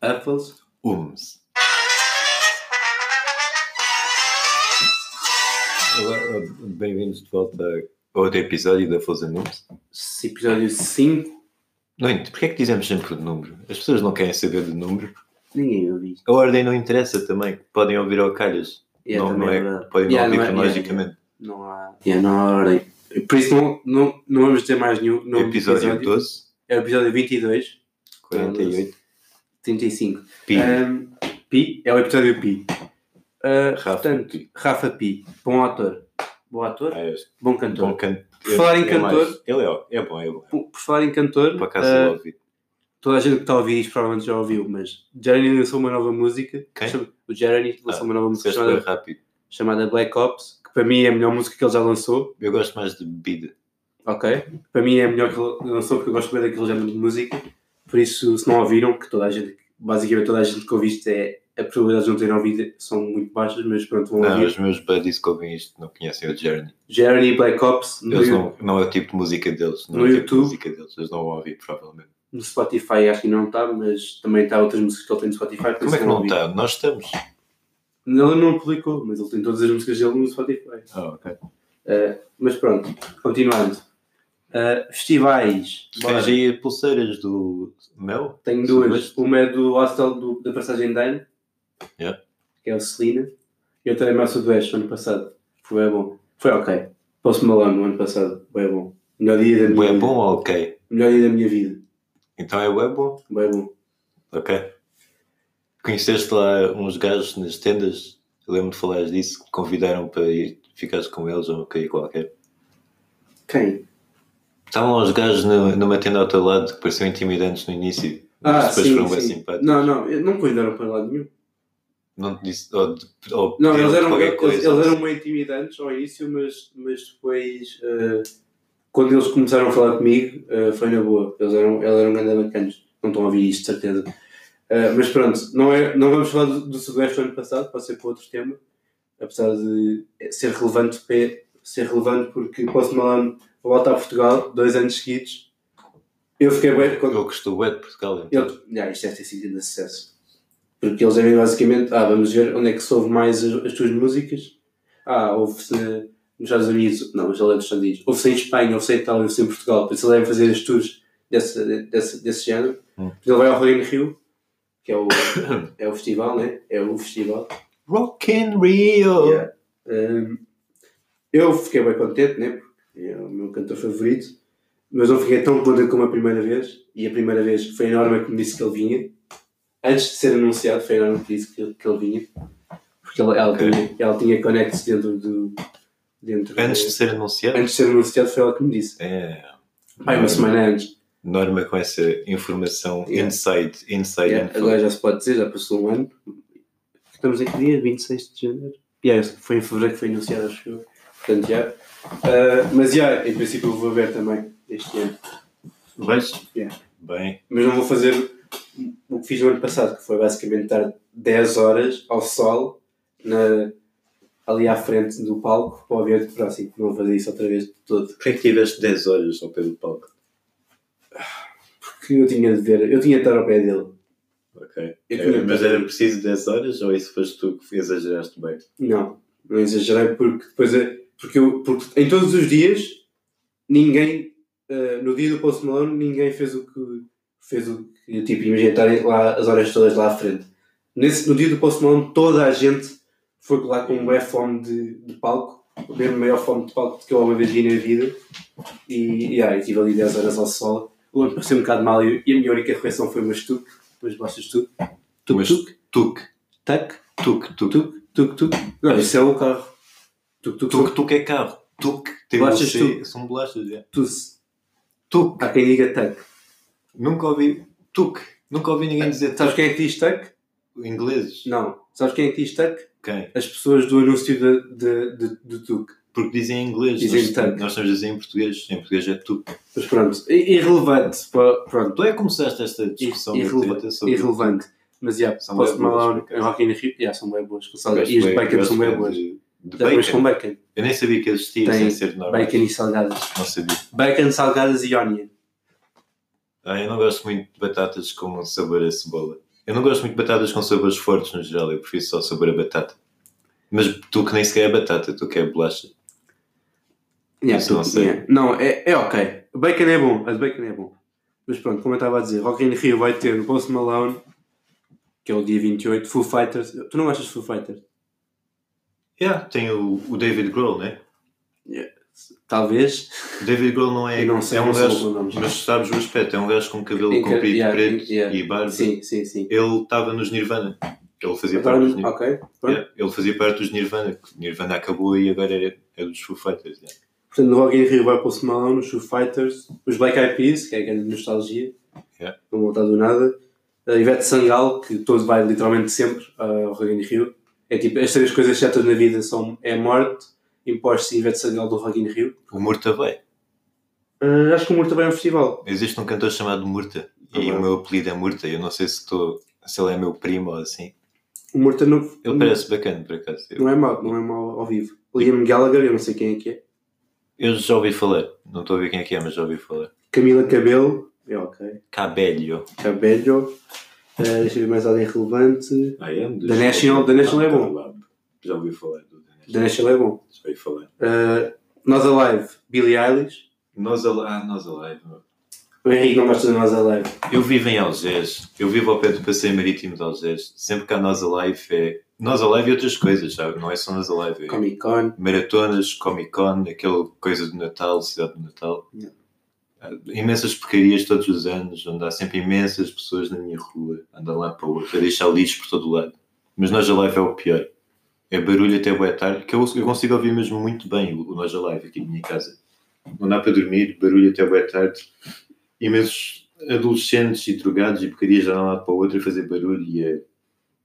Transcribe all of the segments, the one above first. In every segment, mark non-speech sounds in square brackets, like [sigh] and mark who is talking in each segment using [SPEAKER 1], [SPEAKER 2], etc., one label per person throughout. [SPEAKER 1] Apples.
[SPEAKER 2] Uns.
[SPEAKER 3] Olá, Bem-vindos de volta
[SPEAKER 2] Outro episódio da Força Números.
[SPEAKER 1] Esse Episódio 5.
[SPEAKER 2] Não, ent- porquê é que dizemos sempre o número? As pessoas não querem saber do número.
[SPEAKER 1] Ninguém ouviu isto.
[SPEAKER 2] A ordem não interessa também. Podem ouvir ao calhas.
[SPEAKER 1] Yeah,
[SPEAKER 2] não,
[SPEAKER 1] também
[SPEAKER 2] não é,
[SPEAKER 1] verdade.
[SPEAKER 2] podem
[SPEAKER 1] Yeah,
[SPEAKER 2] não
[SPEAKER 1] não
[SPEAKER 2] ouvir
[SPEAKER 1] é- yeah,
[SPEAKER 2] cronologicamente.
[SPEAKER 1] Não há. Yeah, não há ordem. Por isso não, não, não vamos ter mais nenhum. nome de
[SPEAKER 2] Episódio, 12,
[SPEAKER 1] É o episódio 22,
[SPEAKER 2] 48.
[SPEAKER 1] 35.
[SPEAKER 2] Pi.
[SPEAKER 1] Ahm, pi. É o episódio Pi. Ah,
[SPEAKER 2] Rafa
[SPEAKER 1] portanto,
[SPEAKER 2] Pi.
[SPEAKER 1] Rafa Pi. Bom ator. Bom ator.
[SPEAKER 2] Ah, este
[SPEAKER 1] Bom cantor.
[SPEAKER 2] bom can-
[SPEAKER 1] Por falar em
[SPEAKER 2] é mais-
[SPEAKER 1] cantor-
[SPEAKER 2] Ele é, ó- é bom, é bom.
[SPEAKER 1] Por, por falar em cantor,
[SPEAKER 2] Por acaso
[SPEAKER 1] ah,
[SPEAKER 2] eu ouvi.
[SPEAKER 1] toda a gente que está a ouvir isto provavelmente já ouviu, mas Jeremy lançou uma nova música.
[SPEAKER 2] Quem? Ah,
[SPEAKER 1] chama- O Jeremy lançou uma nova música
[SPEAKER 2] Disseste bem
[SPEAKER 1] chamada,
[SPEAKER 2] rápido.
[SPEAKER 1] chamada Black Ops, que para mim é a melhor música que ele já lançou.
[SPEAKER 2] Eu gosto mais de bebida.
[SPEAKER 1] Ok. Para mim é a melhor que ele lançou porque eu gosto bem daquele género de música. Por isso, se não ouviram, que toda a gente, basicamente toda a gente que ouviste é a probabilidade de não terem ouvido são muito baixas, mas pronto, vão
[SPEAKER 2] Não,
[SPEAKER 1] ouvir.
[SPEAKER 2] Ah, os meus buddies que ouvem isto não conhecem o Journey.
[SPEAKER 1] Jeremy Black Ops no,
[SPEAKER 2] Eles não, não é o tipo de música deles. Não
[SPEAKER 1] No
[SPEAKER 2] é o tipo de
[SPEAKER 1] YouTube.
[SPEAKER 2] música deles. Eles não vão ouvir, provavelmente.
[SPEAKER 1] no Spotify acho que não está, mas também está outras músicas que ele tem no Spotify. por
[SPEAKER 2] Como
[SPEAKER 1] isso
[SPEAKER 2] é que
[SPEAKER 1] vão
[SPEAKER 2] não
[SPEAKER 1] ouvir.
[SPEAKER 2] está? Nós estamos.
[SPEAKER 1] Ele não publicou, mas ele tem todas as músicas dele no Spotify.
[SPEAKER 2] Ah, ok.
[SPEAKER 1] Mas pronto, continuando. Ah, festivais.
[SPEAKER 2] Tu
[SPEAKER 1] Bora.
[SPEAKER 2] tens aí pulseiras do Mel?
[SPEAKER 1] Tenho duas.
[SPEAKER 2] Sabes?
[SPEAKER 1] Uma é do hostel do- da Passagem Dane,
[SPEAKER 2] Yeah.
[SPEAKER 1] que é o Celina. E outra é Massa do Oeste, ano passado. Foi bem bom. Foi ok. Posso Malone, no ano passado. Bem bom. Melhor dia da minha
[SPEAKER 2] É
[SPEAKER 1] vida.
[SPEAKER 2] bom ou ok?
[SPEAKER 1] Melhor dia da minha vida.
[SPEAKER 2] Então é bué bom.
[SPEAKER 1] Bem bom.
[SPEAKER 2] Ok. Conheceste lá uns gajos nas tendas? Eu lembro de falares disso. que Convidaram para ir ficares com eles ou uma coisa qualquer.
[SPEAKER 1] Quem?
[SPEAKER 2] Estavam lá uns gajos no- numa tenda ao teu lado que pareciam intimidantes no início.
[SPEAKER 1] Ah,
[SPEAKER 2] mas depois foram bem simpáticos.
[SPEAKER 1] Não, não. eu- Não convidaram para lado nenhum.
[SPEAKER 2] Não te disse. Ou, de- ou
[SPEAKER 1] Não,
[SPEAKER 2] pediram-te
[SPEAKER 1] eles eram,
[SPEAKER 2] qualquer coisa.
[SPEAKER 1] eles, eles eram meio intimidantes ao início, mas, mas depois, eh, quando eles começaram a falar comigo, eh, foi na boa. Eles eram, eles eram grandes bacanas. Não estão a ouvir isto, de certeza. Eh, mas pronto, não, é, não vamos falar do, do Sudoeste do ano passado, pode ser para outro tema. Apesar de ser relevante, pe- ser relevante porque Post Malone volta a Portugal dois anos seguidos. Eu fiquei bem... Quando,
[SPEAKER 2] Eu gosto bué de Portugal. Então.
[SPEAKER 1] ele, ah, isto deve ter sido grande sucesso. Porque eles devem basicamente, ah, vamos ver onde é que se ouve mais as, as tuas músicas. Ah, ouve-se na- nos Estados Unidos, não, mas ele é dos Estados Unidos. Ouve-se em Espanha, ouve-se em Itália, ouve-se em Portugal. Por isso eles devem fazer as tours desse, desse, desse género.
[SPEAKER 2] Hum.
[SPEAKER 1] Ele vai ao Rock in Rio, que é o, [coughs] é o festival, né? É o festival.
[SPEAKER 2] Rock in Rio!
[SPEAKER 1] Yeah. Ahm, eu fiquei bem contente, né? Porque é o meu cantor favorito. Mas não fiquei tão contente como a primeira vez. E a primeira vez foi a Norma que me disse que ele vinha. Antes de ser anunciado, foi a Norma que disse que, que ele vinha. Porque ela, ela
[SPEAKER 2] Ok.
[SPEAKER 1] tinha, ela tinha connects dentro do. Dentro
[SPEAKER 2] Antes
[SPEAKER 1] do-
[SPEAKER 2] de ser anunciado.
[SPEAKER 1] antes de ser anunciado, foi ela que me disse.
[SPEAKER 2] É.
[SPEAKER 1] Pai, uma
[SPEAKER 2] Norma.
[SPEAKER 1] semana antes.
[SPEAKER 2] Norma com essa informação
[SPEAKER 1] Yeah.
[SPEAKER 2] inside, inside
[SPEAKER 1] Yeah,
[SPEAKER 2] info.
[SPEAKER 1] agora já se pode dizer, já passou um ano. Estamos em que dia? 26 de janeiro. Yeah, foi em fevereiro que foi anunciado, acho eu. Portanto, já. Ah, mas já, em princípio, eu vou ver também este ano.
[SPEAKER 2] Vais?
[SPEAKER 1] Yeah.
[SPEAKER 2] Bem,
[SPEAKER 1] Mas não vou fazer o que fiz no ano passado, que foi basicamente estar 10 horas ao sol na- ali à frente do palco para ouvir de próximo. Não vou fazer isso outra vez de todo.
[SPEAKER 2] porquê que tiveste 10 horas ao pé do palco?
[SPEAKER 1] Porque eu tinha de ver, eu tinha de estar ao pé dele.
[SPEAKER 2] Ok.
[SPEAKER 1] Eu
[SPEAKER 2] É,
[SPEAKER 1] tinha-
[SPEAKER 2] mas era preciso 10 horas ou isso foste tu que exageraste bem?
[SPEAKER 1] Não, não exagerei porque depois é. Porque, eu, porque em todos os dias, ninguém. eh, no dia do Post Malone, ninguém fez o que. Fez o que. Tipo, imagina estarem lá as horas todas lá à frente. Nesse, no dia do Post Malone, toda a gente foi lá com uma fome de, de palco. Mesmo a maior fome de palco que eu alguma vez vi na vida. E, e ah, eu estive ali 10 horas ao sol. O ano passou um bocado mal e, e a minha única reação foi uma estuque. Umas bolachas tuque.
[SPEAKER 2] Mas
[SPEAKER 1] Tuk-tuk.
[SPEAKER 2] Tuque.
[SPEAKER 1] Tac.
[SPEAKER 2] Tuque, tuque.
[SPEAKER 1] Tuk, tuk, tuk. Não, isso é o carro. Tuk, tuk, tuk.
[SPEAKER 2] Tuque, tuque é carro. Tuque tem
[SPEAKER 1] Bolachas
[SPEAKER 2] um C.
[SPEAKER 1] tuque.
[SPEAKER 2] São bolachas, é.
[SPEAKER 1] Tuce.
[SPEAKER 2] Tuque.
[SPEAKER 1] Há quem diga tac.
[SPEAKER 2] Nunca ouvi. Tuque. Nunca ouvi ninguém dizer
[SPEAKER 1] Sabes quem é que diz tac?
[SPEAKER 2] tuque. Ingleses?
[SPEAKER 1] Não. Sabes quem é que diz tac?
[SPEAKER 2] Quem?
[SPEAKER 1] As pessoas do anúncio de, de, de, do tuk.
[SPEAKER 2] Porque dizem em inglês.
[SPEAKER 1] Dizem
[SPEAKER 2] nós,
[SPEAKER 1] tuque.
[SPEAKER 2] nós estamos a dizer em português. Em português é tuque.
[SPEAKER 1] Mas pronto. I- Irrelevante. Pô, Pronto.
[SPEAKER 2] Tu é que começaste esta discussão da
[SPEAKER 1] Irrelevante.
[SPEAKER 2] treta sobre
[SPEAKER 1] Irrelevante. Mas já,
[SPEAKER 2] São
[SPEAKER 1] posso
[SPEAKER 2] bem boas,
[SPEAKER 1] tomar
[SPEAKER 2] por
[SPEAKER 1] um
[SPEAKER 2] acaso.
[SPEAKER 1] Rock in Rio. Já, são bem boas. com
[SPEAKER 2] Gosto
[SPEAKER 1] salgado. E os
[SPEAKER 2] bem-
[SPEAKER 1] bacon
[SPEAKER 2] gosto
[SPEAKER 1] são bem
[SPEAKER 2] bem
[SPEAKER 1] boas.
[SPEAKER 2] de- de
[SPEAKER 1] Já comes com
[SPEAKER 2] bacon.
[SPEAKER 1] bacon.
[SPEAKER 2] Eu nem sabia que existia
[SPEAKER 1] Tem
[SPEAKER 2] sem ser normal.
[SPEAKER 1] Bacon e salgadas.
[SPEAKER 2] Não sabia.
[SPEAKER 1] Bacon, salgadas e onion.
[SPEAKER 2] Ah, eu não gosto muito de batatas com sabor a cebola. Eu não gosto muito de batatas com sabores fortes no geral, eu prefiro só sabor a batata. Mas tu que nem sequer é batata, tu que é bolacha.
[SPEAKER 1] Yeah,
[SPEAKER 2] Isso
[SPEAKER 1] tudo-
[SPEAKER 2] não sei.
[SPEAKER 1] yeah. Não, é, é ok. O bacon é bom, mas bacon é bom. Mas pronto, como eu estava a dizer, Rock in Rio vai ter no Post Malone, que é o dia 28, Foo Fighters. Tu não achas Foo Fighters?
[SPEAKER 2] Yeah, tem o, o David Grohl, né?
[SPEAKER 1] Talvez.
[SPEAKER 2] O David Grohl não é.
[SPEAKER 1] Eu não sei,
[SPEAKER 2] é um
[SPEAKER 1] não sei
[SPEAKER 2] gajo,
[SPEAKER 1] o nome.
[SPEAKER 2] mas sabes o aspecto, é um gajo com cabelo
[SPEAKER 1] Em que-
[SPEAKER 2] comprido,
[SPEAKER 1] yeah,
[SPEAKER 2] preto
[SPEAKER 1] yeah.
[SPEAKER 2] e barba.
[SPEAKER 1] Sim, sim, sim.
[SPEAKER 2] Ele estava nos Nirvana. Ele fazia
[SPEAKER 1] Agora,
[SPEAKER 2] parte dos Nirvana.
[SPEAKER 1] ok, pronto.
[SPEAKER 2] Yeah, Ele fazia parte dos Nirvana. que Nirvana acabou e agora é, é dos Foo Fighters. yeah.
[SPEAKER 1] Portanto, no Rock in Rio vai para o Malone, os Foo Fighters, os Black Eyed Peas, que é a grande nostalgia,
[SPEAKER 2] Yeah.
[SPEAKER 1] não voltar do nada, a Ivete Sangal, que todo vai literalmente sempre ah, ao Rock in Rio. É tipo, as três coisas certas na vida são é morte, impostos e Ivete Sangal do Rock in Rio.
[SPEAKER 2] O Murta vai.
[SPEAKER 1] Ah, acho que o Murta também é um festival.
[SPEAKER 2] Existe um cantor chamado Murta. E
[SPEAKER 1] Ah,
[SPEAKER 2] o
[SPEAKER 1] bem.
[SPEAKER 2] meu apelido é Murta. Eu não sei se estou. Se ele é meu primo ou assim.
[SPEAKER 1] O Murta não,
[SPEAKER 2] Ele
[SPEAKER 1] não,
[SPEAKER 2] parece bacana, por acaso. Eu,
[SPEAKER 1] não é mau, não é mau ao vivo. Liam Gallagher, eu não sei quem é que é.
[SPEAKER 2] eu já ouvi falar. Não estou a ver quem é que é, mas já ouvi falar.
[SPEAKER 1] Camila Cabelo, é ok.
[SPEAKER 2] Cabello.
[SPEAKER 1] Cabello. Ah, deixa eu ver mais alguém relevante.
[SPEAKER 2] I am
[SPEAKER 1] The National- The National é bom.
[SPEAKER 2] Tá Já ouvi falar do The
[SPEAKER 1] The National é bom.
[SPEAKER 2] Já ouvi falar.
[SPEAKER 1] Uh, Nós Alive, Billie Eilish.
[SPEAKER 2] Nós Alive. Ah, Nós Alive. meu.
[SPEAKER 1] O Henrique não gosta de Nós Alive.
[SPEAKER 2] Eu vivo em Algés. Eu vivo ao pé do passeio marítimo de Algés. Sempre que há Nós Alive é... Nós Alive e outras coisas, sabe? Não é só Nós Alive. É
[SPEAKER 1] Comic Con.
[SPEAKER 2] maratonas, Comic Con, aquela coisa do Natal, Cidade do Natal.
[SPEAKER 1] Yeah.
[SPEAKER 2] Há Imensas porcarias todos os anos, onde há sempre imensas pessoas na minha rua, andam lá para outra, deixar lixo por todo o lado. Mas Noja Live é o pior. É barulho até boa tarde, que eu, eu consigo ouvir mesmo muito bem o, o Noja Live aqui na minha casa. Não dá para dormir, barulho até boa tarde. Imensos adolescentes e drogados e porcarias andam lá para outra a fazer barulho e a,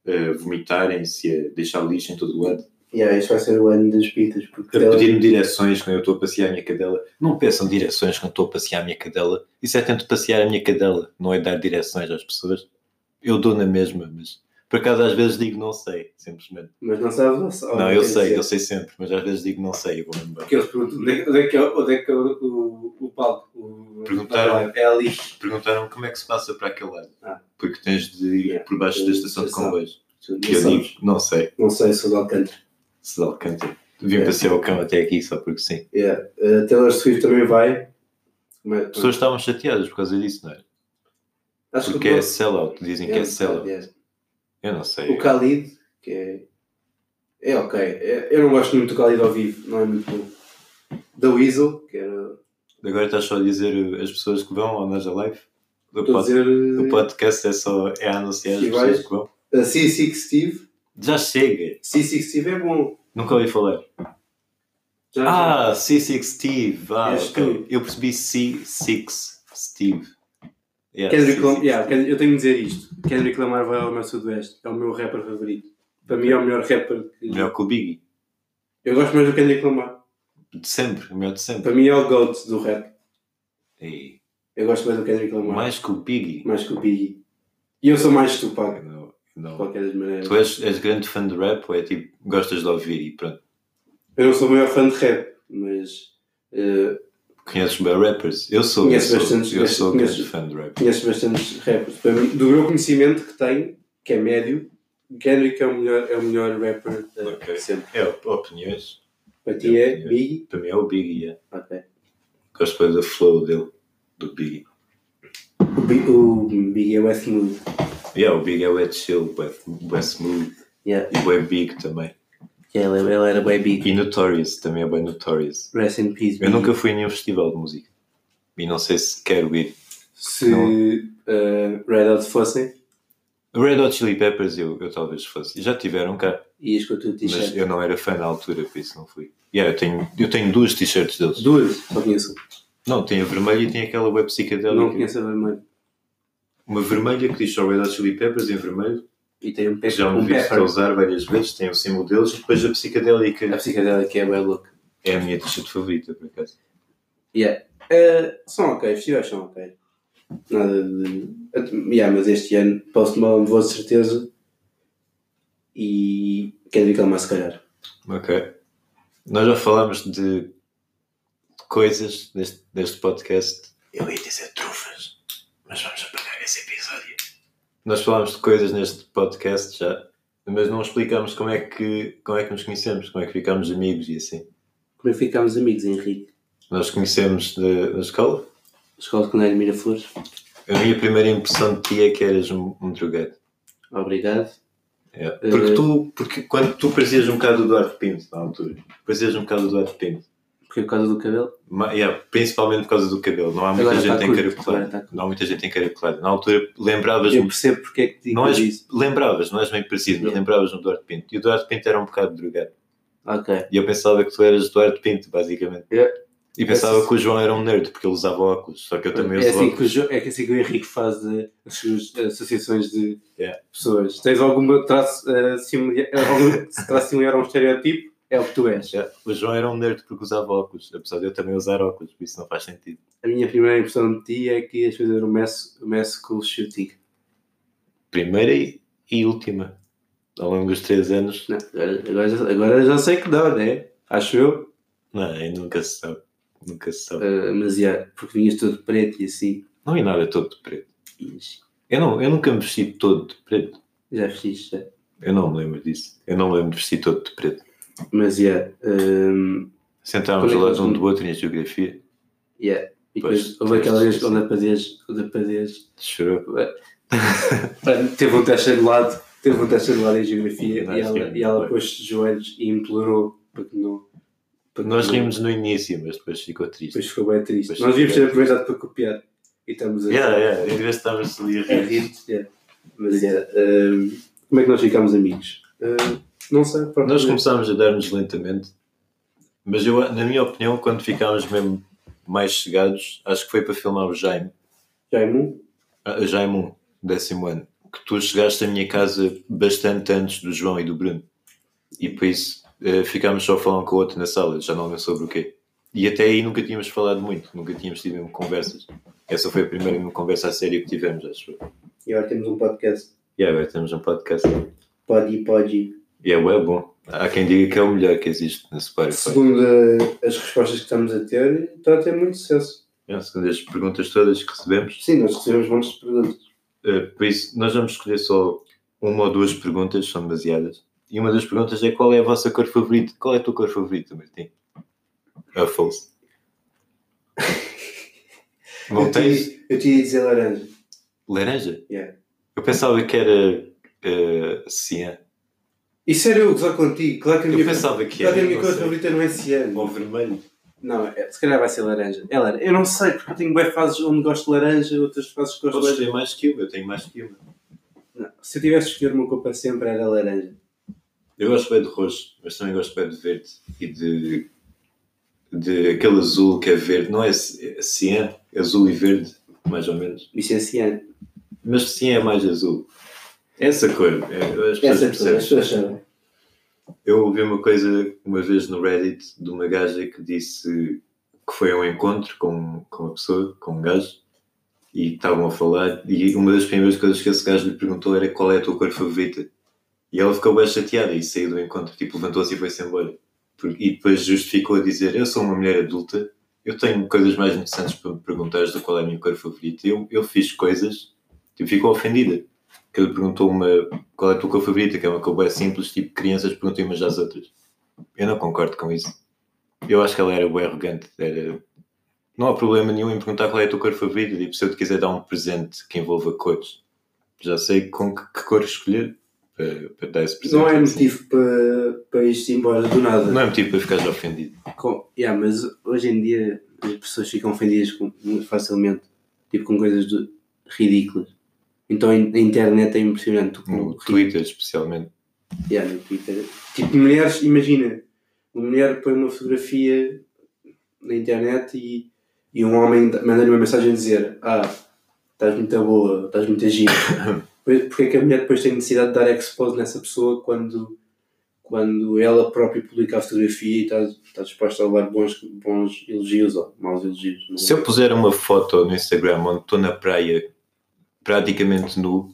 [SPEAKER 2] a vomitarem-se, e a deixar lixo em todo o lado
[SPEAKER 1] Yeah, este vai ser o ano das pitas, porque
[SPEAKER 2] a
[SPEAKER 1] dela-
[SPEAKER 2] pedir-me direções quando eu estou a passear a minha cadela. Não peçam direções quando estou a passear a minha cadela. Isso é tento passear a minha cadela, não é dar direções às pessoas. Eu dou na mesma, mas por acaso às vezes digo não sei, simplesmente.
[SPEAKER 1] Mas não sabe, não sabe.
[SPEAKER 2] não, eu
[SPEAKER 1] Quer
[SPEAKER 2] sei,
[SPEAKER 1] dizer,
[SPEAKER 2] eu sei sempre, mas às vezes digo não sei e vou-me embora.
[SPEAKER 1] Porque eles perguntam onde é, que- onde é que é, onde é que é o, o, o palco. O,
[SPEAKER 2] Perguntaram.
[SPEAKER 1] Nós Alive. É ali.
[SPEAKER 2] Perguntaram como é que se passa para aquele lado,
[SPEAKER 1] Ah.
[SPEAKER 2] porque tens de ir
[SPEAKER 1] Yeah,
[SPEAKER 2] por baixo
[SPEAKER 1] eu
[SPEAKER 2] da estação de
[SPEAKER 1] já sabe.
[SPEAKER 2] comboios.
[SPEAKER 1] Tu
[SPEAKER 2] E eu
[SPEAKER 1] Não,
[SPEAKER 2] digo
[SPEAKER 1] sabes.
[SPEAKER 2] não sei,
[SPEAKER 1] não sei se sou de Alcântara.
[SPEAKER 2] se dá Alcântara.
[SPEAKER 1] É.
[SPEAKER 2] Vim passear o cão até aqui só porque sim.
[SPEAKER 1] Yeah. Uh, Taylor Swift também vai. Mas,
[SPEAKER 2] As pessoas estavam chateadas por causa disso, não é?
[SPEAKER 1] acho
[SPEAKER 2] Porque
[SPEAKER 1] o-
[SPEAKER 2] é sellout, dizem que
[SPEAKER 1] é,
[SPEAKER 2] é sellout.
[SPEAKER 1] yeah.
[SPEAKER 2] Eu não sei.
[SPEAKER 1] O Khalid, que é. É ok. É- eu não gosto muito do Khalid ao vivo, não é muito bom. Da Weasel, que era.
[SPEAKER 2] Agora estás só a dizer eh, as pessoas que vão ao Naja Live? O,
[SPEAKER 1] Estou a
[SPEAKER 2] pod-
[SPEAKER 1] dizer.
[SPEAKER 2] o podcast é só é a anunciar as
[SPEAKER 1] Sim,
[SPEAKER 2] pessoas
[SPEAKER 1] vai.
[SPEAKER 2] que vão.
[SPEAKER 1] A C6 Steve.
[SPEAKER 2] Já chega!
[SPEAKER 1] C6 Steve é bom.
[SPEAKER 2] Nunca ouvi falar.
[SPEAKER 1] Já, já.
[SPEAKER 2] Ah, C6 Steve! Ah,
[SPEAKER 1] És
[SPEAKER 2] ok. Eu percebi C6 Steve. Yeah,
[SPEAKER 1] Kendrick
[SPEAKER 2] C6
[SPEAKER 1] Lamar. Yeah,
[SPEAKER 2] Steve.
[SPEAKER 1] Kendrick- eu tenho de dizer isto. Kendrick Lamar vai ao meu Sudoeste. É o meu rapper favorito. Para mim é o melhor rapper. que-
[SPEAKER 2] Melhor que o Biggie.
[SPEAKER 1] Eu gosto mais do Kendrick Lamar.
[SPEAKER 2] De sempre, o melhor de sempre.
[SPEAKER 1] Para mim é o GOAT do rap.
[SPEAKER 2] E
[SPEAKER 1] Eu gosto mais do Kendrick Lamar. Mais,
[SPEAKER 2] mais que o Biggie.
[SPEAKER 1] que o Biggie. E eu sou mais Tupac,
[SPEAKER 2] Não,
[SPEAKER 1] de
[SPEAKER 2] não.
[SPEAKER 1] qualquer das maneiras.
[SPEAKER 2] Tu és, és grande fã de rap ou é tipo, gostas de ouvir e pronto?
[SPEAKER 1] Eu não sou o maior fã de rap, mas. eh,
[SPEAKER 2] Conheces bem rappers? Eu sou,
[SPEAKER 1] Conheço
[SPEAKER 2] eu sou,
[SPEAKER 1] bastante,
[SPEAKER 2] eu sou
[SPEAKER 1] conheço-
[SPEAKER 2] grande fã de rap.
[SPEAKER 1] conheço bastantes rappers. Para mim, do meu conhecimento que tenho, que é médio, Kendrick é o melhor, é o melhor rapper eh,
[SPEAKER 2] Ok.
[SPEAKER 1] de sempre.
[SPEAKER 2] É op- opiniões.
[SPEAKER 1] Para ti é
[SPEAKER 2] Eu-
[SPEAKER 1] Biggie?
[SPEAKER 2] Para mim é o Biggie. é.
[SPEAKER 1] Ok.
[SPEAKER 2] Gosto bem do flow dele, do Biggie.
[SPEAKER 1] O, Bi- o Big é o Westmood.
[SPEAKER 2] Yeah, o Big é o Ed Chill, o Smooth
[SPEAKER 1] Yeah.
[SPEAKER 2] e o Ed Big também.
[SPEAKER 1] Ele, ele era bem Big.
[SPEAKER 2] E Notorious, também é bem Notorious.
[SPEAKER 1] Rest in peace.
[SPEAKER 2] Eu
[SPEAKER 1] Biggie.
[SPEAKER 2] nunca fui a nenhum festival de música. E não sei se quero ir.
[SPEAKER 1] Se eh, Red Hot fossem,
[SPEAKER 2] O Red Hot Chili Peppers eu, eu talvez fosse. Já tiveram cá,
[SPEAKER 1] ias com a tua
[SPEAKER 2] mas
[SPEAKER 1] t-shirt.
[SPEAKER 2] eu não era fã na altura, por isso não fui. Yeah, eu, tenho, eu tenho duas t-shirts deles.
[SPEAKER 1] Duas, só conheço.
[SPEAKER 2] Não, tem a vermelha e tem aquela web
[SPEAKER 1] Não
[SPEAKER 2] psicadélica.
[SPEAKER 1] conheço a vermelha.
[SPEAKER 2] Uma vermelha que diz só Red Hot Chili Peppers em vermelho.
[SPEAKER 1] E tem um, pe
[SPEAKER 2] Já me
[SPEAKER 1] um
[SPEAKER 2] vi a
[SPEAKER 1] pepper.
[SPEAKER 2] usar várias vezes, tem o símbolo deles e depois a psicadélica.
[SPEAKER 1] A psicadela que é bem look.
[SPEAKER 2] É a minha t-shirt favorita, por acaso.
[SPEAKER 1] Yeah. Eh, são ok, festivais são ok. Nada de. at- Yeah, mas este ano posso mal vou de certeza. E Kendrick Lamar se calhar.
[SPEAKER 2] Ok. Nós já falámos de coisas neste, neste podcast. Eu ia dizer trufas, mas vamos apagar esse episódio. Nós falámos de coisas neste podcast já, mas não explicámos como é que, como é que nos conhecemos, como é que ficámos amigos e assim.
[SPEAKER 1] Como é que ficámos amigos, Henrique?
[SPEAKER 2] Nós conhecemos de- na escola.
[SPEAKER 1] Escola de Conério Miraflores.
[SPEAKER 2] A minha primeira impressão de ti é que eras um, um drogado.
[SPEAKER 1] Obrigado.
[SPEAKER 2] É. Porque
[SPEAKER 1] Eh.
[SPEAKER 2] tu, porque quando tu parecias um bocado o Eduardo Pinto na altura, parecias um bocado o Eduardo Pinto.
[SPEAKER 1] Porque é por causa do cabelo.
[SPEAKER 2] Ma- yeah, principalmente por causa do cabelo, não há muita
[SPEAKER 1] Agora está
[SPEAKER 2] gente
[SPEAKER 1] curto, agora
[SPEAKER 2] encaracolada.
[SPEAKER 1] está curto.
[SPEAKER 2] não há muita gente encaracolada. Na altura lembravas
[SPEAKER 1] Eu percebo porque é que te
[SPEAKER 2] não és,
[SPEAKER 1] digo isso.
[SPEAKER 2] lembravas, não és bem preciso, mas
[SPEAKER 1] Yeah.
[SPEAKER 2] lembravas do Eduardo Pinto. E o Eduardo Pinto era um bocado drogado.
[SPEAKER 1] Ok.
[SPEAKER 2] E eu pensava que tu eras Eduardo Pinto, basicamente.
[SPEAKER 1] Yeah.
[SPEAKER 2] E pensava
[SPEAKER 1] Esse-
[SPEAKER 2] que o João era um nerd, porque ele usava óculos, só que eu também
[SPEAKER 1] é,
[SPEAKER 2] usava
[SPEAKER 1] assim
[SPEAKER 2] óculos.
[SPEAKER 1] que o, Jo- é que assim que o Henrique faz eh, as suas associações de
[SPEAKER 2] Yeah.
[SPEAKER 1] pessoas. Tens algum traço, eh, similar, algum traço similar a um estereotipo? É o que tu és.
[SPEAKER 2] Yeah. O João era um nerd porque usava óculos, apesar de eu também usar óculos, por isso não faz sentido.
[SPEAKER 1] A minha primeira impressão de ti é que ias fazer o mess, o mess com o shooting.
[SPEAKER 2] Primeira e, e última. Ao longo dos três anos,
[SPEAKER 1] Não, agora, agora, já, agora já sei que dá, né? Acho eu.
[SPEAKER 2] não, aí nunca se sabe. Nunca se sabe.
[SPEAKER 1] Eh, mas yeah, porque vinhas todo preto e assim.
[SPEAKER 2] Não vi nada todo de preto.
[SPEAKER 1] Mas
[SPEAKER 2] Eu, não, eu nunca me vesti todo de preto.
[SPEAKER 1] Já fiz, já.
[SPEAKER 2] Eu não me lembro disso. Eu não me lembro de vestir todo de preto.
[SPEAKER 1] Mas yeah. ehm,
[SPEAKER 2] Sentávamos ao
[SPEAKER 1] Quando é que
[SPEAKER 2] lado um
[SPEAKER 1] nós-
[SPEAKER 2] do outro em geografia.
[SPEAKER 1] yeah. E
[SPEAKER 2] Pois,
[SPEAKER 1] depois houve
[SPEAKER 2] pois,
[SPEAKER 1] aquela vez
[SPEAKER 2] sim.
[SPEAKER 1] quando apadias, quando apadias
[SPEAKER 2] Chorou.
[SPEAKER 1] Olha, Teve um teste anulado, teve um teste anulado em geografia
[SPEAKER 2] Não,
[SPEAKER 1] e
[SPEAKER 2] acho que
[SPEAKER 1] ela,
[SPEAKER 2] é
[SPEAKER 1] e ela
[SPEAKER 2] bem.
[SPEAKER 1] pôs de joelhos e implorou para que não. para que
[SPEAKER 2] Nós
[SPEAKER 1] não-
[SPEAKER 2] rimos no início, mas depois ficou triste.
[SPEAKER 1] Depois ficou bem triste.
[SPEAKER 2] Depois
[SPEAKER 1] Nós devíamos ter
[SPEAKER 2] ficou
[SPEAKER 1] aproveitado para copiar e estamos a.
[SPEAKER 2] Yeah, yeah. Em vez de estarmos ali a
[SPEAKER 1] a
[SPEAKER 2] rir.
[SPEAKER 1] rir. yeah. Mas yeah, hum, como é que nós ficámos amigos? Hum, não sei. propriamente.
[SPEAKER 2] Nós começámos a dar-nos lentamente, mas eu, na minha opinião, quando ficámos mesmo mais chegados, acho que foi para filmar o Jaime,
[SPEAKER 1] Jaimu,
[SPEAKER 2] ah, Jaime 1, décimo ano, que tu chegaste à minha casa bastante antes do João e do Bruno. E por isso eh, ficámos só a falar um com o outro na sala, já não lembro sobre o quê. E até aí nunca tínhamos falado muito, nunca tínhamos tido mesmo conversas. Essa foi a primeira mesmo conversa a sério que tivemos, acho eu.
[SPEAKER 1] e agora temos um podcast.
[SPEAKER 2] E agora temos um podcast.
[SPEAKER 1] Pode, pode.
[SPEAKER 2] E é bué bom. Há quem diga que é o melhor que existe na Spotify.
[SPEAKER 1] Segundo uh, as respostas que estamos a ter, está a ter muito sucesso.
[SPEAKER 2] É, segundo as perguntas todas que recebemos.
[SPEAKER 1] Sim, nós recebemos montes de perguntas.
[SPEAKER 2] Uh, por isso, nós vamos escolher só uma ou duas perguntas, são demasiadas. E uma das perguntas é qual é a vossa cor favorita? Qual é a tua cor favorita, Martim? É
[SPEAKER 1] [laughs]
[SPEAKER 2] Ruffles. Não
[SPEAKER 1] eu, te,
[SPEAKER 2] tens
[SPEAKER 1] eu te ia dizer laranja.
[SPEAKER 2] laranja?
[SPEAKER 1] Yeah.
[SPEAKER 2] Eu pensava que era uh, cian.
[SPEAKER 1] Isso era eu gozar contigo. Claro que é a
[SPEAKER 2] Eu
[SPEAKER 1] minha,
[SPEAKER 2] pensava que
[SPEAKER 1] claro que a
[SPEAKER 2] era.
[SPEAKER 1] minha
[SPEAKER 2] não
[SPEAKER 1] cor
[SPEAKER 2] sei.
[SPEAKER 1] favorita não é ciano.
[SPEAKER 2] Ou vermelho.
[SPEAKER 1] Não, é- se calhar vai ser laranja. É laranja. Eu não sei, porque eu tenho bem fases onde gosto de laranja, outras fases que gosto de
[SPEAKER 2] Podes
[SPEAKER 1] laranja.
[SPEAKER 2] ter mais que uma, eu tenho mais que uma.
[SPEAKER 1] Não, se eu tivesse de escolher uma cor para sempre, era laranja.
[SPEAKER 2] Eu gosto bem de roxo, mas também gosto bem de verde e de. de aquele azul que é verde. Não é ci- cian? é Azul e verde, mais ou menos.
[SPEAKER 1] Isso é ciano.
[SPEAKER 2] Mas sim é mais azul. Essa cor, é, as
[SPEAKER 1] Essa
[SPEAKER 2] pessoas
[SPEAKER 1] pessoa, as pessoas
[SPEAKER 2] percebem.
[SPEAKER 1] sabem.
[SPEAKER 2] Eu ouvi uma coisa uma vez no Reddit de uma gaja que disse que foi a um encontro com, com uma pessoa, com um gajo, e estavam a falar, e uma das primeiras coisas que esse gajo lhe perguntou era qual é a tua cor favorita. E ela ficou bem chateada e saiu do encontro, tipo, levantou-se e foi-se embora. Por- E depois justificou a dizer, eu sou uma mulher adulta, eu tenho coisas mais interessantes para me perguntares do qual é a minha cor favorita. Eu, eu fiz coisas, tipo, ficou ofendida. Que ele perguntou uma, qual é a tua cor favorita, que é uma cor bem simples, tipo crianças perguntam umas às outras. Eu não concordo com isso. Eu acho que ela era bem arrogante. Era... Não há problema nenhum em perguntar qual é a tua cor favorita. Tipo, se eu te quiser dar um presente que envolva cores, já sei com que, que cor escolher para, para dar esse presente.
[SPEAKER 1] Não é
[SPEAKER 2] Assim.
[SPEAKER 1] motivo para, para isto ir embora do nada.
[SPEAKER 2] Não é motivo para ficares ofendido.
[SPEAKER 1] Com, yeah, mas hoje em dia as pessoas ficam ofendidas com- muito facilmente, tipo com coisas do- ridículas. Então in- a internet é impressionante. Tu com-
[SPEAKER 2] No Twitter, especialmente.
[SPEAKER 1] Yeah, no Twitter. Tipo, mulheres, imagina, uma mulher põe uma fotografia na internet e, e um homem da- manda-lhe uma mensagem a dizer Ah, estás muito boa, estás muito
[SPEAKER 2] [coughs]
[SPEAKER 1] gira. Pois- Porque é que a mulher depois tem necessidade de dar expose nessa pessoa quando, quando ela própria publica a fotografia e está, está disposta a levar bons, bons elogios ou maus elogios? não é?
[SPEAKER 2] Se eu puser uma foto no Instagram onde estou na praia, praticamente nu,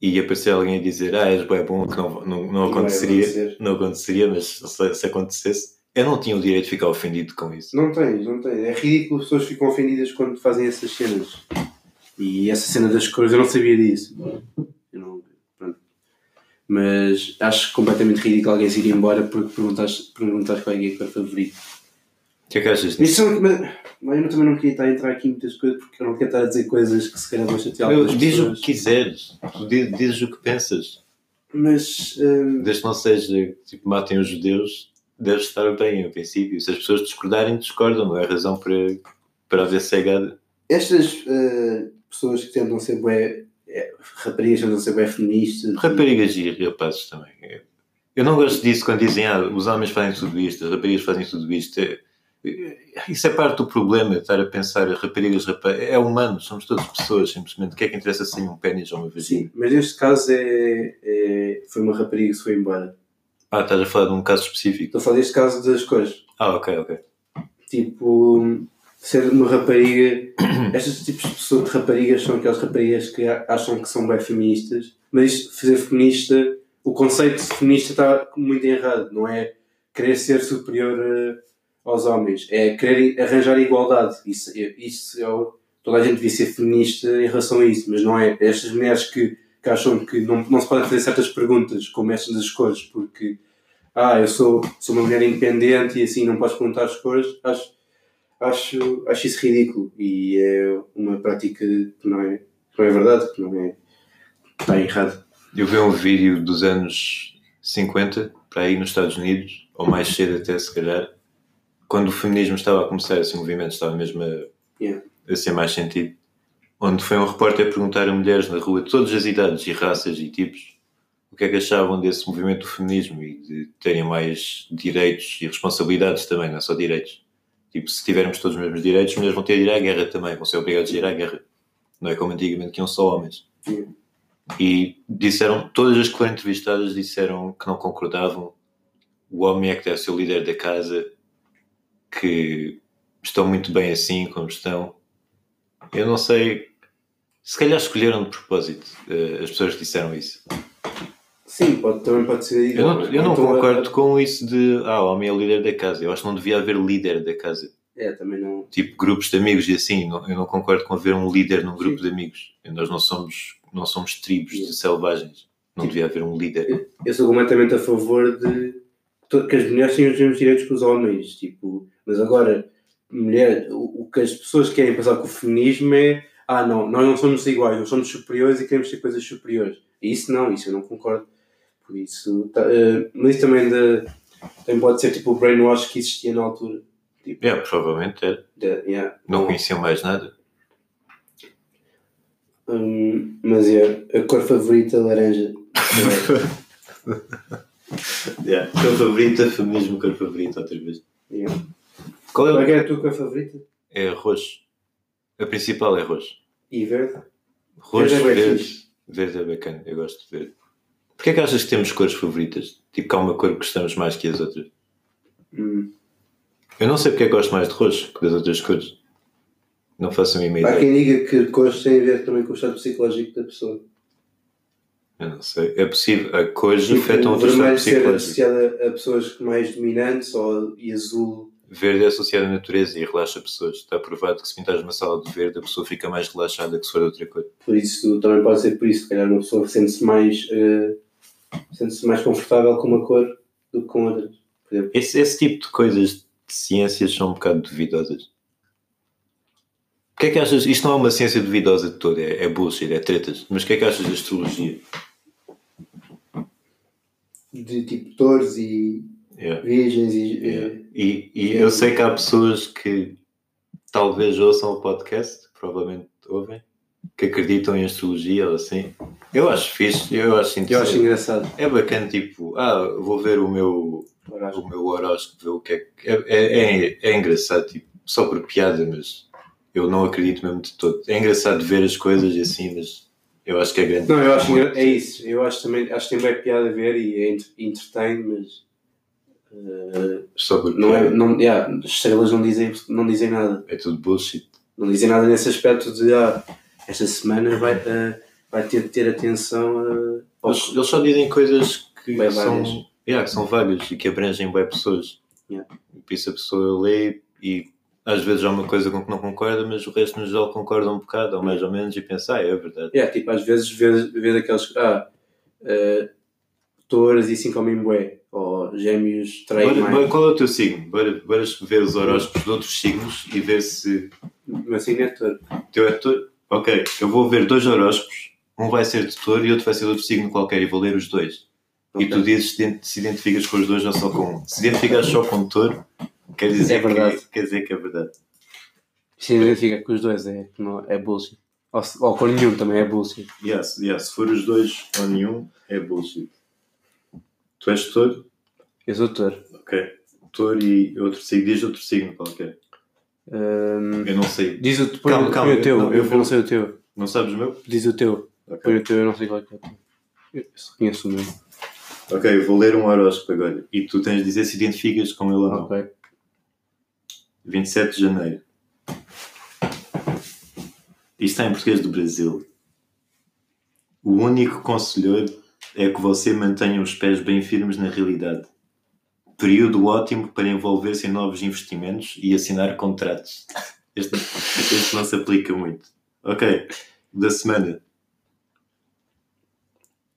[SPEAKER 2] e aparecer alguém a dizer ah, és bem bom, que não, não, não
[SPEAKER 1] Não é vai
[SPEAKER 2] aconteceria,
[SPEAKER 1] acontecer.
[SPEAKER 2] não aconteceria, mas se, se acontecesse, eu não tinha o direito de ficar ofendido com isso.
[SPEAKER 1] Não tens, não tens. É ridículo, as pessoas ficam ofendidas quando fazem essas cenas. E essa cena das cores, eu não sabia disso. Eu não- pronto. Mas acho completamente ridículo alguém se ir embora porque perguntaste, perguntaste qual é que é a cor favorita.
[SPEAKER 2] O que é que achas disso?
[SPEAKER 1] Isto são- mas, mas eu também não queria estar a entrar aqui em muitas coisas porque eu não quero estar a dizer coisas que se calhar vão chatear
[SPEAKER 2] Meu,
[SPEAKER 1] algumas
[SPEAKER 2] diz o
[SPEAKER 1] pessoas.
[SPEAKER 2] que quiseres, Tu di- dizes o que pensas.
[SPEAKER 1] Mas hum,
[SPEAKER 2] Desde que não seja tipo matem os judeus, deves estar bem, em princípio. Se as pessoas discordarem, discordam, não é razão para, para haver cegada.
[SPEAKER 1] estas ah, pessoas que tentam ser bué, é, raparigas que tentam ser bué feministas.
[SPEAKER 2] Raparigas e rapazes também. é. Eu não gosto disso quando dizem ah, os homens fazem tudo isto, as raparigas fazem tudo isto. É- Isso é parte do problema, estar a pensar raparigas, rapazes. É humano, somos todas pessoas, simplesmente. O que é que interessa se tem um pênis ou uma vagina?
[SPEAKER 1] Sim, mas neste caso é, é- foi uma rapariga que se foi embora.
[SPEAKER 2] Ah, estás a falar de um caso específico.
[SPEAKER 1] Estou a falar deste caso das cores.
[SPEAKER 2] Ah, ok, ok.
[SPEAKER 1] tipo, ser uma rapariga. Estes tipos de pessoas de raparigas são aquelas raparigas que a- acham que são bem feministas, mas isto, fazer feminista, o conceito de feminista está muito errado, não é querer ser superior eh, aos homens, é querer arranjar igualdade. Isso, é- isso é o- toda a gente devia ser feminista em relação a isso, mas não é. Estas mulheres que, que acham que não, não se podem fazer certas perguntas, como estas das cores, porque ah, eu sou, sou uma mulher independente e assim não posso perguntar as cores, acho, acho, acho isso ridículo e é uma prática que não é, que não é verdade, que não é. Está errado.
[SPEAKER 2] Eu vi um vídeo dos anos 50, para aí nos Estados Unidos, ou mais cedo até se calhar, quando o feminismo estava a começar, esse movimento estava mesmo a,
[SPEAKER 1] Yeah.
[SPEAKER 2] a ser mais sentido, onde foi um repórter a perguntar a mulheres na rua de todas as idades e raças e tipos o que é que achavam desse movimento do feminismo e de terem mais direitos e responsabilidades também, não é só direitos. Tipo, se tivermos todos os mesmos direitos, as mulheres vão ter de ir à guerra também, vão ser obrigadas a ir à guerra. Não é como antigamente que iam só homens e disseram, todas as que foram entrevistadas disseram que não concordavam. O homem é que deve ser o líder da casa, que estão muito bem assim como estão. Eu não sei, se calhar escolheram de propósito eh, as pessoas que disseram isso.
[SPEAKER 1] Sim, pode, também pode ser.
[SPEAKER 2] Eu não, eu não
[SPEAKER 1] Então,
[SPEAKER 2] concordo com isso de, ah, o homem é o líder da casa. Eu acho que não devia haver líder da casa.
[SPEAKER 1] É, também não.
[SPEAKER 2] Tipo, grupos de amigos e assim, não- eu não concordo com haver um líder num grupo de amigos. Nós não somos, não somos tribos de selvagens. Não devia haver um líder.
[SPEAKER 1] Eu sou completamente a favor de to- que as mulheres tenham os mesmos direitos que os homens, tipo, mas agora, mulher, o, o que as pessoas querem passar com o feminismo é ah, não, nós não somos iguais, nós somos superiores e queremos ter coisas superiores. Isso não, isso eu não concordo. Por isso, tá, eh, mas isso também, de, também pode ser tipo o brainwash que existia na altura.
[SPEAKER 2] É, provavelmente era.
[SPEAKER 1] Da- yeah.
[SPEAKER 2] Não conheciam mais nada.
[SPEAKER 1] Hum, mas é, a cor favorita laranja.
[SPEAKER 2] Yeah. Cor favorita, feminismo, cor favorita, outra vez.
[SPEAKER 1] É, é.
[SPEAKER 2] Qual
[SPEAKER 1] Qual é
[SPEAKER 2] é?
[SPEAKER 1] que é a tua cor favorita?
[SPEAKER 2] É roxo. A principal é roxo.
[SPEAKER 1] E verde?
[SPEAKER 2] Roxo,
[SPEAKER 1] Verde é bem
[SPEAKER 2] verde. Verde é bacana, eu gosto de verde. Porquê é que achas que temos cores favoritas? Tipo, que há uma cor que gostamos mais que as outras?
[SPEAKER 1] Hum.
[SPEAKER 2] Eu não sei porque é que gosto mais de roxo que das outras cores. Não faço a mínima
[SPEAKER 1] Há
[SPEAKER 2] ideia.
[SPEAKER 1] quem diga que cores têm a ver também com o estado psicológico da pessoa.
[SPEAKER 2] Eu não sei. É possível. A cores afetam
[SPEAKER 1] o
[SPEAKER 2] outro estado
[SPEAKER 1] vermelho ser
[SPEAKER 2] psicológico.
[SPEAKER 1] associado a a pessoas que mais dominantes ou, e azul.
[SPEAKER 2] Verde é associado à natureza e relaxa pessoas. Está provado que se pintares uma sala de verde, a pessoa fica mais relaxada que se for de outra cor.
[SPEAKER 1] Por isso, também pode ser por isso. Se calhar uma pessoa sente-se mais, eh, sente-se mais confortável com uma cor do que com outra.
[SPEAKER 2] Esse, esse tipo de coisas de ciências são um bocado duvidosas. O que é que achas? Isto não é uma ciência duvidosa de toda, é, é bullshit, é tretas. Mas o que é que achas da astrologia?
[SPEAKER 1] De tipo touros e
[SPEAKER 2] Yeah,
[SPEAKER 1] virgens e...
[SPEAKER 2] yeah.
[SPEAKER 1] eh,
[SPEAKER 2] É. E, e eu sei que há pessoas que talvez ouçam o podcast, provavelmente ouvem, que acreditam em astrologia ou assim. Eu acho fixe, eu acho
[SPEAKER 1] Eu acho
[SPEAKER 2] interessante.
[SPEAKER 1] engraçado.
[SPEAKER 2] É bacana, tipo, ah, vou ver o meu o meu horóscopo, ver o que é que. É, é, é- é engraçado, tipo, só por piada, mas eu não acredito mesmo de todo. É engraçado ver as coisas e assim, mas eu acho que é grande.
[SPEAKER 1] Não, eu acho
[SPEAKER 2] muito.
[SPEAKER 1] engra- é isso. Eu acho também, acho que tem bem piada a ver e é entre- entretém, mas eh,
[SPEAKER 2] Só por
[SPEAKER 1] não é,
[SPEAKER 2] piada.
[SPEAKER 1] não, yeah, estrelas não dizem, não dizem nada.
[SPEAKER 2] É tudo bullshit.
[SPEAKER 1] não dizem nada nesse aspecto de ah, esta semana vai, ah, vai ter de ter atenção ah, ao
[SPEAKER 2] Eles, eles só dizem coisas que
[SPEAKER 1] Bem várias.
[SPEAKER 2] são. Yeah, que são vagas e que abrangem bem pessoas.
[SPEAKER 1] Yeah.
[SPEAKER 2] Por isso a pessoa lê e às vezes há uma coisa com que não concorda, mas o resto no geral concorda um bocado, ou mais ou menos, e pensa, ah, é verdade.
[SPEAKER 1] É, tipo, às vezes vês, vês aqueles. que, Ah, eh, touras e 5 homem bué. Ou gêmeos traem
[SPEAKER 2] Bora- bora-
[SPEAKER 1] mais.
[SPEAKER 2] qual é o teu signo? Bora, bora ver os horóscopos de outros signos e ver se
[SPEAKER 1] Mas assim é touro.
[SPEAKER 2] o teu é touro. Ok, eu vou ver dois horóscopos, um vai ser de touro e outro vai ser de outro signo qualquer, e vou ler os dois. E tu
[SPEAKER 1] Ok.
[SPEAKER 2] dizes se ident- se identificas com os dois ou só com um. Se identificas só com touro, quer dizer,
[SPEAKER 1] É verdade.
[SPEAKER 2] Que, quer dizer que é verdade.
[SPEAKER 1] Se identifica com os dois, é, não, é bullshit. Ou, se- ou com nenhum também é bullshit.
[SPEAKER 2] Yes, yes. Se for os dois ou nenhum, é bullshit. Tu és touro?
[SPEAKER 1] Eu sou touro.
[SPEAKER 2] Ok. Touro e outro signo. Diz outro signo qualquer.
[SPEAKER 1] Ahm,
[SPEAKER 2] Eu não sei.
[SPEAKER 1] diz o, põe,
[SPEAKER 2] Calma,
[SPEAKER 1] põe
[SPEAKER 2] calma,
[SPEAKER 1] o teu,
[SPEAKER 2] não,
[SPEAKER 1] eu,
[SPEAKER 2] eu vou-
[SPEAKER 1] não sei o teu.
[SPEAKER 2] Não sabes o meu?
[SPEAKER 1] Diz o teu, põe
[SPEAKER 2] Ok.
[SPEAKER 1] o teu, eu não sei qual é que é o teu. Eu só conheço o meu.
[SPEAKER 2] Ok, eu vou ler um horóscopo agora. E tu tens de dizer se identificas com ele ou não.
[SPEAKER 1] Ok.
[SPEAKER 2] 27 de janeiro. Isto está em português do Brasil. O único conselheiro é que você mantenha os pés bem firmes na realidade. Período ótimo para envolver-se em novos investimentos e assinar contratos. [laughs] Este, este não se aplica muito. Ok, da semana.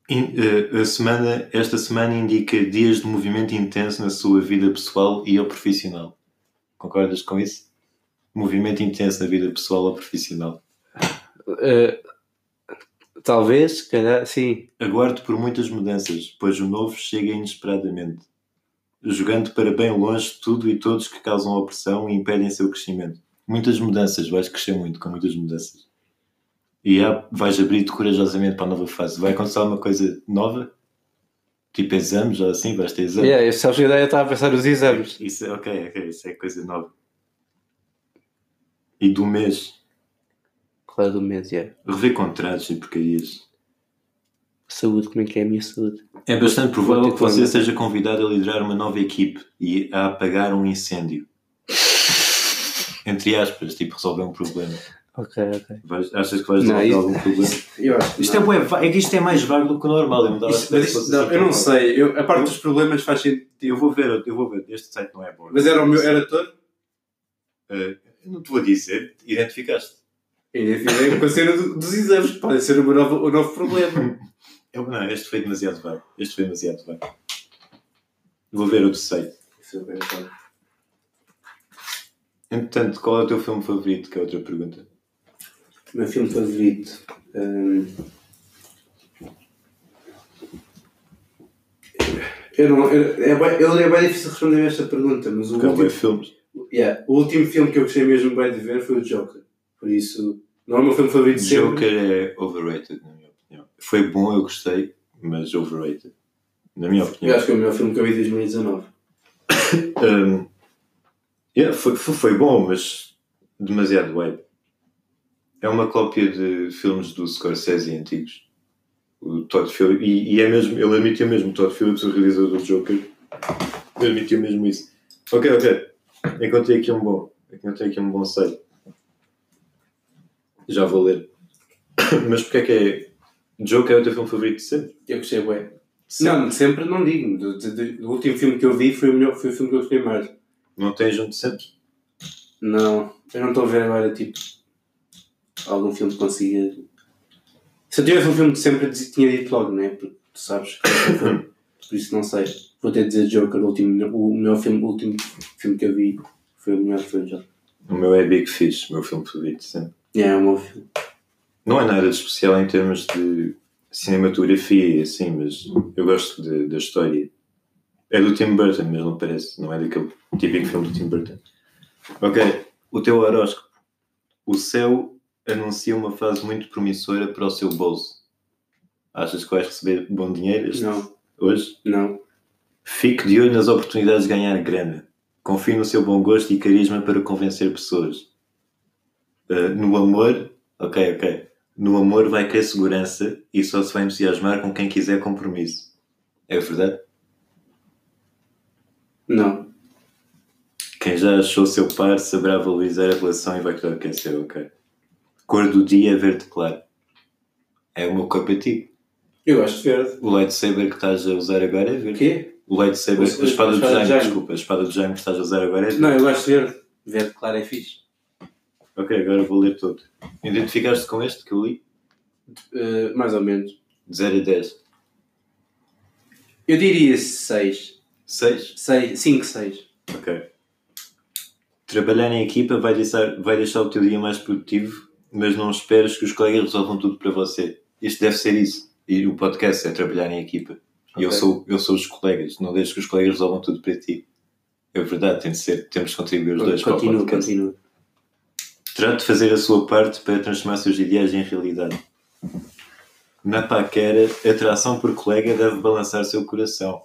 [SPEAKER 2] In- eh, a semana. Esta semana indica dias de movimento intenso na sua vida pessoal e ou profissional. Concordas com isso? Movimento intenso na vida pessoal ou profissional.
[SPEAKER 1] Ah, Eh, talvez, se calhar, sim.
[SPEAKER 2] Aguardo por muitas mudanças, pois o novo chega inesperadamente. Jogando para bem longe tudo e todos que causam opressão e impedem seu crescimento. Muitas mudanças, vais crescer muito com muitas mudanças. E há, vais abrir-te corajosamente para a nova fase. Vai acontecer alguma coisa nova? Tipo exames ou assim? Vais ter exames?
[SPEAKER 1] Yeah, eu, sabes que eu estava a pensar nos exames.
[SPEAKER 2] Isso é, ok, ok, isso é coisa nova. E do mês,
[SPEAKER 1] Qual é do mês, yeah.
[SPEAKER 2] rever contratos e porcarias.
[SPEAKER 1] Saúde, como é que é a minha saúde?
[SPEAKER 2] É bastante provável que você
[SPEAKER 1] Quando-
[SPEAKER 2] seja convidado a liderar uma nova equipe e a apagar um [laughs] incêndio. Entre aspas, tipo resolver um problema.
[SPEAKER 1] Ok, ok.
[SPEAKER 2] Vais- achas que vais
[SPEAKER 1] Não,
[SPEAKER 2] resolver
[SPEAKER 1] isso-
[SPEAKER 2] algum problema?
[SPEAKER 1] Eu acho
[SPEAKER 2] Isto é, bué va- é que isto é mais vago do que o normal. Eu, não dava
[SPEAKER 1] Isso-
[SPEAKER 2] a
[SPEAKER 1] mas
[SPEAKER 2] ideia que
[SPEAKER 1] isso-
[SPEAKER 2] fosse
[SPEAKER 1] não,
[SPEAKER 2] assim
[SPEAKER 1] eu
[SPEAKER 2] tão
[SPEAKER 1] não
[SPEAKER 2] vago.
[SPEAKER 1] sei, eu- a parte dos problemas faz sentido.
[SPEAKER 2] Eu vou ver, eu vou ver. Este site não é bom.
[SPEAKER 1] Mas era o meu, era todo.
[SPEAKER 2] Eh, eu não te vou dizer, identificaste.
[SPEAKER 1] Enfim, com a cena do- dos exames, que podem ser o meu novo, o novo problema.
[SPEAKER 2] Eu, É não, este foi demasiado vago. Este foi demasiado vago. Vou ver outro site.
[SPEAKER 1] Isso é bem, então.
[SPEAKER 2] Entretanto, qual é o teu filme favorito? Que é outra pergunta.
[SPEAKER 1] O meu filme favorito. hum, Eu não, eu, é bem, eu- é bem difícil responder a esta pergunta, mas o,
[SPEAKER 2] Porque eu
[SPEAKER 1] último,
[SPEAKER 2] vejo filmes.
[SPEAKER 1] yeah, o último filme que eu gostei mesmo bem de ver foi o Joker. Por isso, não é o meu filme favorito de sempre.
[SPEAKER 2] Joker é overrated, na minha opinião. Foi bom, eu gostei, mas overrated. Na minha
[SPEAKER 1] Eu
[SPEAKER 2] opinião.
[SPEAKER 1] acho que é o melhor filme que eu vi em 2019.
[SPEAKER 2] Um, yeah, foi, foi, foi bom, mas demasiado web. É uma cópia de filmes do Scorsese antigos. O Todd Phillips. E, e é mesmo, ele admitiu mesmo, o Todd Phillips, o realizador do Joker, admitiu mesmo isso. Ok, ok. Encontrei aqui um bom. Encontrei aqui um bom site. Já vou ler. [coughs] Mas porque é que é. Joker é o teu filme favorito de sempre?
[SPEAKER 1] Eu gostei bem. Não, sempre não digo. Do, do- do- do último filme que eu vi foi o melhor, foi o filme que eu gostei mais.
[SPEAKER 2] Não tens um de sempre?
[SPEAKER 1] Não, eu não estou a ver agora, tipo, algum filme que consiga. Se eu tivesse um filme de sempre, eu dizi- tinha dito logo, né? Porque tu sabes que é um filme. Por isso não sei. Vou até dizer Joker, o, último, o melhor filme, o último filme que eu vi foi o melhor foi o Joker.
[SPEAKER 2] O meu é Big Fish, o meu filme favorito de sempre.
[SPEAKER 1] É, é o meu filme.
[SPEAKER 2] não é nada de especial em termos de cinematografia, assim, mas eu gosto de- da história. É do Tim Burton, mas não parece, não é daquele típico filme do Tim Burton. Ok, o teu horóscopo. O céu anuncia uma fase muito promissora para o seu bolso. Achas que vais receber bom dinheiro este-
[SPEAKER 1] Não,
[SPEAKER 2] hoje?
[SPEAKER 1] não.
[SPEAKER 2] Fique de olho nas oportunidades de ganhar grana. Confie no seu bom gosto e carisma para convencer pessoas. Uh, no amor, ok, ok. No amor vai querer segurança e só se vai entusiasmar com quem quiser compromisso. É verdade?
[SPEAKER 1] Não.
[SPEAKER 2] Quem já achou seu par saberá valorizar a relação e vai querer aquecer, ok. Cor do dia é verde claro. É o meu cor para ti.
[SPEAKER 1] Eu gosto de verde.
[SPEAKER 2] O lightsaber que estás a usar agora é
[SPEAKER 1] O
[SPEAKER 2] verde.
[SPEAKER 1] quê?
[SPEAKER 2] O lightsaber,
[SPEAKER 1] O- a
[SPEAKER 2] a espada do
[SPEAKER 1] espada de
[SPEAKER 2] Jaime,
[SPEAKER 1] Jaime.
[SPEAKER 2] desculpa, a espada do Jaime que estás a usar agora é verde.
[SPEAKER 1] Não, eu gosto de verde. Verde claro é fixe.
[SPEAKER 2] Ok, agora vou ler todo. Identificaste com este que eu li?
[SPEAKER 1] Eh, mais ou menos.
[SPEAKER 2] De 0 a 10.
[SPEAKER 1] Eu diria 6.
[SPEAKER 2] 6?
[SPEAKER 1] 5, 6.
[SPEAKER 2] Ok. Trabalhar em equipa vai deixar, vai deixar o teu dia mais produtivo, mas não esperes que os colegas resolvam tudo para você. Isto deve ser isso. E o podcast é trabalhar em equipa. E eu
[SPEAKER 1] Ok.
[SPEAKER 2] sou, eu sou os colegas. Não deixes que os colegas resolvam tudo para ti. É verdade, tem de ser. Temos de contribuir os dois para o
[SPEAKER 1] Continua,
[SPEAKER 2] podcast.
[SPEAKER 1] continua.
[SPEAKER 2] Trate de fazer a sua parte para transformar seus ideais em realidade. Na paquera, a atração por colega deve balançar seu coração.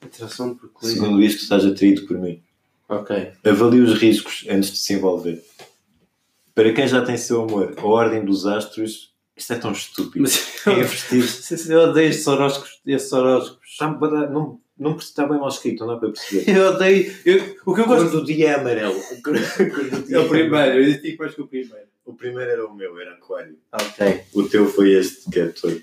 [SPEAKER 1] Atração por colega.
[SPEAKER 2] Segundo isto, estás atraído por mim.
[SPEAKER 1] Ok.
[SPEAKER 2] Avalie os riscos antes de se envolver. Para quem já tem seu amor, a ordem dos astros, isto é tão estúpido.
[SPEAKER 1] Mas
[SPEAKER 2] É investir.
[SPEAKER 1] [laughs] eu odeio estes horóscopos. Estes horóscopos.
[SPEAKER 2] Está, não, não está bem mal escrito, não dá para perceber.
[SPEAKER 1] Eu odeio. eu- o que [laughs] eu gosto.
[SPEAKER 2] Quando o dia é amarelo.
[SPEAKER 1] [laughs]
[SPEAKER 2] Quando o dia é amarelo.
[SPEAKER 1] Eu identifico mais que o primeiro.
[SPEAKER 2] O primeiro era o meu, era aquário.
[SPEAKER 1] Ok.
[SPEAKER 2] O teu foi este, que é todo.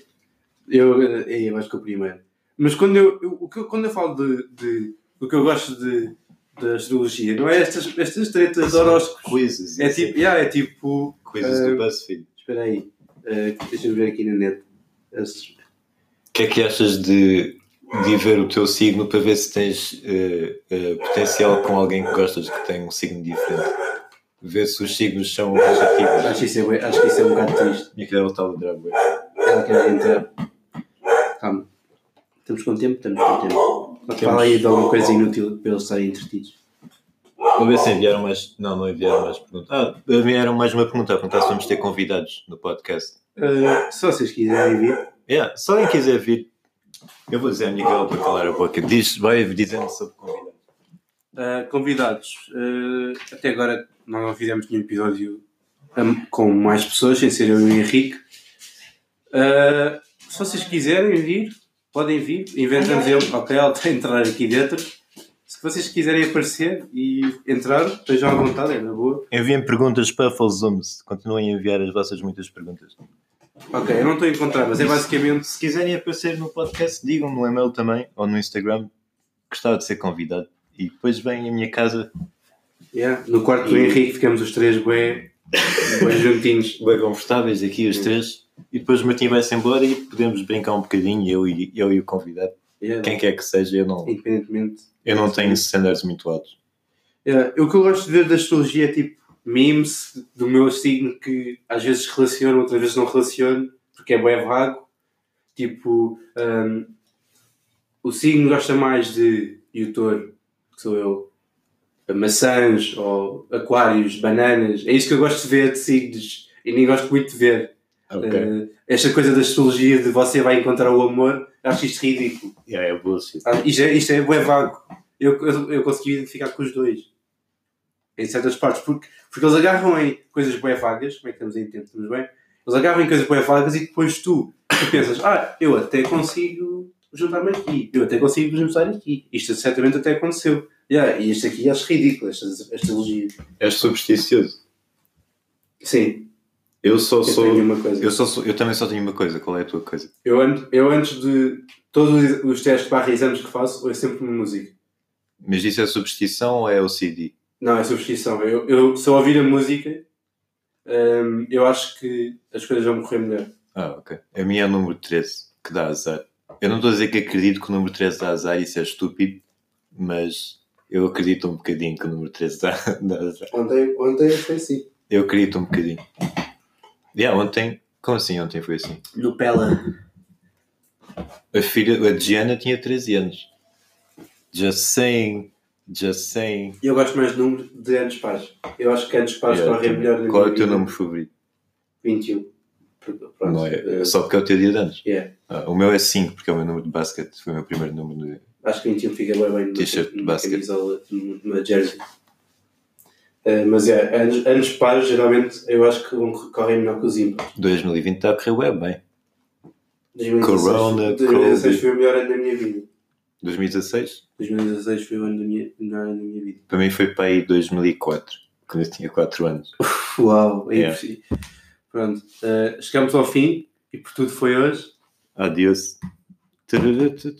[SPEAKER 1] Eu, eh, é mais que o primeiro. Mas quando eu, eu- o que eu- quando eu falo de, de- do que eu gosto de, da astrologia, não é estas, estas tretas de horóscopos.
[SPEAKER 2] Coisas.
[SPEAKER 1] É tipo, yeah, é tipo.
[SPEAKER 2] Coisas
[SPEAKER 1] eh,
[SPEAKER 2] do BuzzFeed.
[SPEAKER 1] Espera aí. eh, Deixa-me ver aqui na net. As-
[SPEAKER 2] O que é que achas de, de ver o teu signo para ver se tens eh, eh, potencial com alguém que gostas que tem um signo diferente? Ver se os signos são compatíveis.
[SPEAKER 1] Acho, isso é, bué- acho que isso é um bocado triste.
[SPEAKER 2] E que é o tal de Drago.
[SPEAKER 1] Ela quer entrar. Calma. Estamos com tempo? Estamos com tempo. Mas Fala aí de alguma coisa inútil para eles estarem entretidos.
[SPEAKER 2] Vou ver se enviaram mais. Não, não enviaram mais perguntas. Ah, enviaram mais uma pergunta a perguntar se vamos ter convidados no podcast.
[SPEAKER 1] Eh, se vocês quiserem vir.
[SPEAKER 2] Yeah, se alguém quiser vir, eu vou dizer a Miguel para calar a boca. Diz, vai dizendo sobre convidados.
[SPEAKER 1] Eh, convidados. eh, até agora nós não fizemos nenhum episódio hum, com mais pessoas, sem ser eu e o Henrique. Eh, se vocês quiserem vir, podem vir. Inventamos eu. Ok, ela está a entrar aqui dentro. Se vocês quiserem aparecer e entrar, estejam à vontade, é na boa.
[SPEAKER 2] Enviem perguntas para Falzomes. Continuem a enviar as vossas muitas perguntas.
[SPEAKER 1] Ok, eu não estou a encontrar, mas é basicamente
[SPEAKER 2] Se quiserem aparecer no podcast, digam no e-mail também ou no Instagram. Gostava de ser convidado. E depois vêm à minha casa.
[SPEAKER 1] Yeah, No quarto do Henrique ficamos os três bem, bem juntinhos.
[SPEAKER 2] Bem confortáveis aqui, os três. E depois o Martim vai-se embora e podemos brincar um bocadinho, eu e, eu e o convidado.
[SPEAKER 1] Yeah,
[SPEAKER 2] Quem quer que seja, eu não,
[SPEAKER 1] Independentemente.
[SPEAKER 2] eu não tenho standards muito altos.
[SPEAKER 1] Yeah, Eh, O que eu gosto de ver da astrologia é tipo memes do meu signo que às vezes relaciono, outras vezes não relaciono, porque é bem vago. Tipo, hum, o signo gosta mais de e o touro, que sou eu, maçãs ou aquários, bananas. É isso que eu gosto de ver de signos e nem gosto muito de ver. Eh, esta coisa da astrologia de você vai encontrar o amor, acho isto ridículo.
[SPEAKER 2] Yeah, é bullshit.
[SPEAKER 1] Ah, Isto é, isto é bué vago. Eu, eu, eu consegui identificar com os dois. Em certas partes. Porque, porque eles agarram em coisas bué vagas. Como é que estamos em tempo? Estamos bem? Eles agarram em coisas bué vagas e depois tu, tu pensas, ah, eu até consigo juntar-me aqui. Eu até consigo juntar aqui. Isto certamente até aconteceu. Yeah, e isto aqui acho ridículo, esta, esta astrologia.
[SPEAKER 2] És supersticioso.
[SPEAKER 1] Sim,
[SPEAKER 2] Eu só
[SPEAKER 1] eu tenho uma coisa.
[SPEAKER 2] Eu, só sou- eu também só tenho uma coisa. Qual é a tua coisa?
[SPEAKER 1] Eu, an- eu antes de todos os testes barra exames que faço, ouço sempre uma música.
[SPEAKER 2] Mas isso é substituição ou é o CD?
[SPEAKER 1] Não, é substituição. Eu, eu, se eu ouvir a música, hum, eu acho que as coisas vão correr melhor.
[SPEAKER 2] Ah, ok. A minha é o número 13, que dá azar. Eu não estou a dizer que acredito que o número 13 dá azar, isso é estúpido, mas eu acredito um bocadinho que o número 13 dá, [laughs] dá azar.
[SPEAKER 1] Ontem, ontem foi assim.
[SPEAKER 2] Eu acredito um bocadinho. Yeah, ontem. Como assim ontem foi assim?
[SPEAKER 1] No Pela.
[SPEAKER 2] A filha, a Diana tinha 13 anos. Já sem. Já sem.
[SPEAKER 1] Eu gosto mais de número de anos pares. Eu acho que anos pares
[SPEAKER 2] Yeah,
[SPEAKER 1] correm
[SPEAKER 2] também.
[SPEAKER 1] melhor. na
[SPEAKER 2] Qual é
[SPEAKER 1] minha
[SPEAKER 2] o teu
[SPEAKER 1] vida.
[SPEAKER 2] nome favorito?
[SPEAKER 1] 21. Pronto.
[SPEAKER 2] Não é,
[SPEAKER 1] eh,
[SPEAKER 2] é só porque é o teu dia de anos.
[SPEAKER 1] yeah.
[SPEAKER 2] Ah, o meu é 5, porque é o meu número de basquete. Foi o meu primeiro número de.
[SPEAKER 1] Acho que 21 fica bem bem numa-
[SPEAKER 2] T-shirt de
[SPEAKER 1] numa
[SPEAKER 2] basquete.
[SPEAKER 1] camisola, numa jersey. Eh, mas é, anos, anos pares geralmente eu acho que vão- correm melhor que os ímpares.
[SPEAKER 2] 2020 está a correr web bem.
[SPEAKER 1] 2016
[SPEAKER 2] Corona,
[SPEAKER 1] 2016
[SPEAKER 2] Covid.
[SPEAKER 1] foi o melhor ano da minha vida.
[SPEAKER 2] 2016?
[SPEAKER 1] 2016 foi o ano da minha, melhor ano da minha vida.
[SPEAKER 2] Para mim foi para aí 2004, quando eu tinha 4 anos.
[SPEAKER 1] Uau, é
[SPEAKER 2] Yeah.
[SPEAKER 1] impossível. Pronto, eh, chegamos ao fim e por tudo foi hoje.
[SPEAKER 2] Adeus.